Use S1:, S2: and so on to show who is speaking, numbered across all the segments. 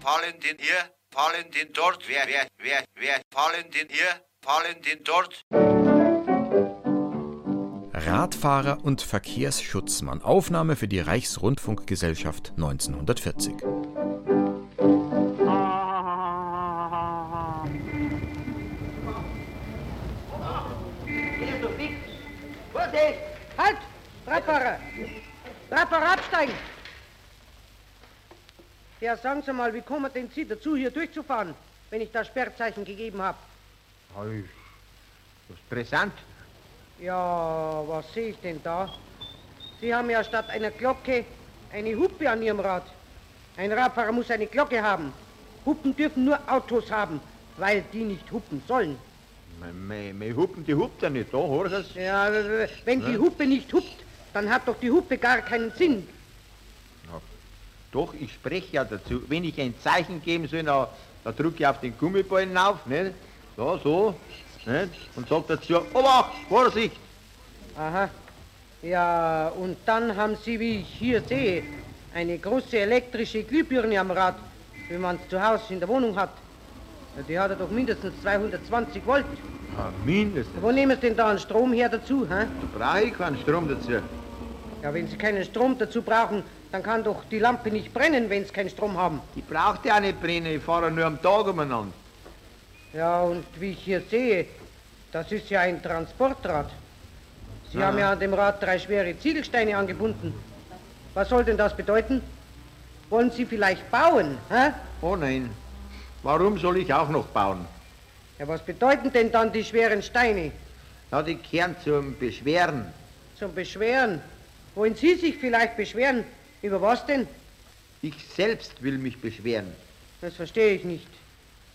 S1: Palentin hier, Palentin dort, wer, wer, wer, wer, Palentin hier, Palentin dort.
S2: Radfahrer und Verkehrsschutzmann. Aufnahme für die Reichsrundfunkgesellschaft 1940.
S3: Vorsicht! Halt! Radfahrer! Radfahrer, absteigen! Ja, sagen Sie mal, wie kommen denn Sie dazu, hier durchzufahren, wenn ich das Sperrzeichen gegeben habe?
S4: Hei, Das ist brisant.
S3: Ja, was sehe ich denn da? Sie haben ja statt einer Glocke eine Hupe an Ihrem Rad. Ein Radfahrer muss eine Glocke haben. Hupen dürfen nur Autos haben, weil die nicht hupen sollen.
S4: Mei hupen, die hupt ja nicht, da, hörst du?
S3: Ja, wenn die Hupe nicht hupt, dann hat doch die Hupe gar keinen Sinn.
S4: Doch, ich spreche ja dazu. Wenn ich ein Zeichen geben soll, dann, dann drücke ich auf den Gummiball auf, ne? So, so. Ne? Und sag dazu, Obacht, Vorsicht!
S3: Aha. Ja, und dann haben Sie, wie ich hier sehe, eine große elektrische Glühbirne am Rad, wie man es zu Hause in der Wohnung hat. Ja, Die hat ja doch mindestens 220 Volt.
S4: Ja, mindestens.
S3: Wo nehmen Sie denn da einen Strom her dazu? Hä?
S4: Da brauche ich keinen Strom dazu.
S3: Ja, wenn Sie keinen Strom dazu brauchen, dann kann doch die Lampe nicht brennen, wenn Sie keinen Strom haben.
S4: Ich brauche ja nicht brennen, ich fahre nur am Tag umeinander.
S3: Ja, und wie ich hier sehe, das ist ja ein Transportrad. Sie
S4: Ah.
S3: haben ja an dem Rad drei schwere Ziegelsteine angebunden. Was soll denn das bedeuten? Wollen Sie vielleicht bauen? Hä?
S4: Oh nein. Warum soll ich auch noch bauen?
S3: Ja, was bedeuten denn dann die schweren Steine?
S4: Na, die kehren zum Beschweren.
S3: Zum Beschweren. Wollen Sie sich vielleicht beschweren? Über was denn?
S4: Ich selbst will mich beschweren.
S3: Das verstehe ich nicht.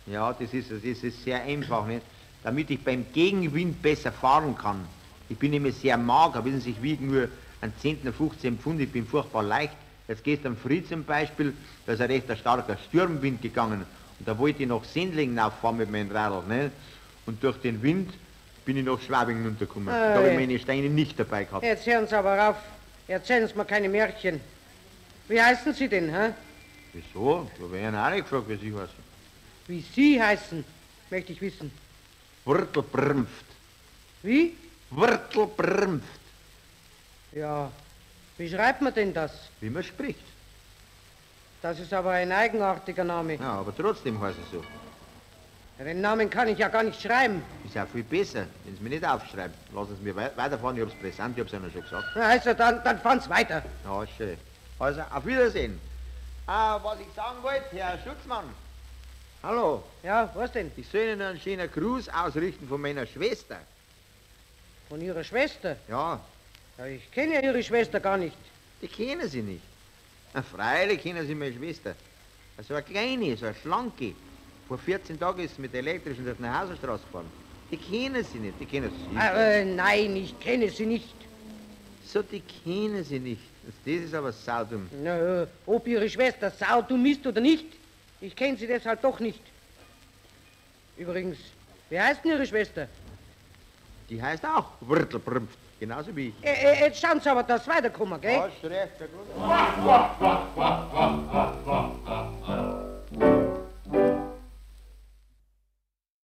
S4: Ja, das ist, das ist, ist sehr einfach, nicht? Damit ich beim Gegenwind besser fahren kann. Ich bin immer sehr mager, wissen Sie, ich wiege nur ein Zentner 15 Pfund, ich bin furchtbar leicht. Jetzt gestern früh zum Beispiel, da ist ein recht starker Sturmwind gegangen. Und da wollte ich nach Sendlingen auffahren mit meinem Radl, ne? Und durch den Wind bin ich nach Schwabingen untergekommen.
S3: Ah,
S4: da habe
S3: ja.
S4: ich meine Steine nicht dabei gehabt.
S3: Jetzt hören Sie aber auf. Erzählen Sie mir keine Märchen. Wie heißen Sie denn, hä?
S4: Wieso? Da werden auch nicht gefragt, was ich heiße.
S3: Wie Sie heißen, möchte ich wissen.
S4: Wurtelbrümpft.
S3: Wie?
S4: Wurtelbrümpft.
S3: Ja, wie schreibt man denn das?
S4: Wie man spricht.
S3: Das ist aber ein eigenartiger Name.
S4: Ja, aber trotzdem heißt es so.
S3: Den Namen kann ich ja gar nicht schreiben.
S4: Ist ja viel besser, wenn Sie mir nicht aufschreiben. Lassen Sie mir wei- weiterfahren, ich hab's präsent, ich hab's Ihnen schon gesagt.
S3: Na, Also, dann, dann fahr's weiter.
S4: Ja, schön. Also, auf Wiedersehen. Ah, was ich sagen wollte, Herr Schutzmann. Hallo,
S3: Ja, was denn?
S4: ich soll Ihnen einen schönen Gruß ausrichten von meiner Schwester.
S3: Von Ihrer Schwester?
S4: Ja,
S3: Ja, ich kenne ja Ihre Schwester gar nicht.
S4: die kennen Sie nicht. Na, freilich kennen Sie meine Schwester. So eine kleine, so eine schlanke. Vor 14 Tagen ist sie mit der elektrischen durch eine Hauserstraße gefahren. Die kennen Sie nicht, die kennen Sie nicht.
S3: Ah, äh, nein, ich kenne sie nicht.
S4: So, die kennen Sie nicht. Das ist aber saudum.
S3: Na, äh, ob Ihre Schwester Sau dumm ist oder nicht, ich kenne sie deshalb doch nicht. Übrigens, wie heißt denn Ihre Schwester?
S4: Die heißt auch Wurtelbrümpft, genauso wie ich.
S3: Ä äh, jetzt schauen Sie aber, dass Sie weiterkommen, gell?
S4: Hast recht, der Grund.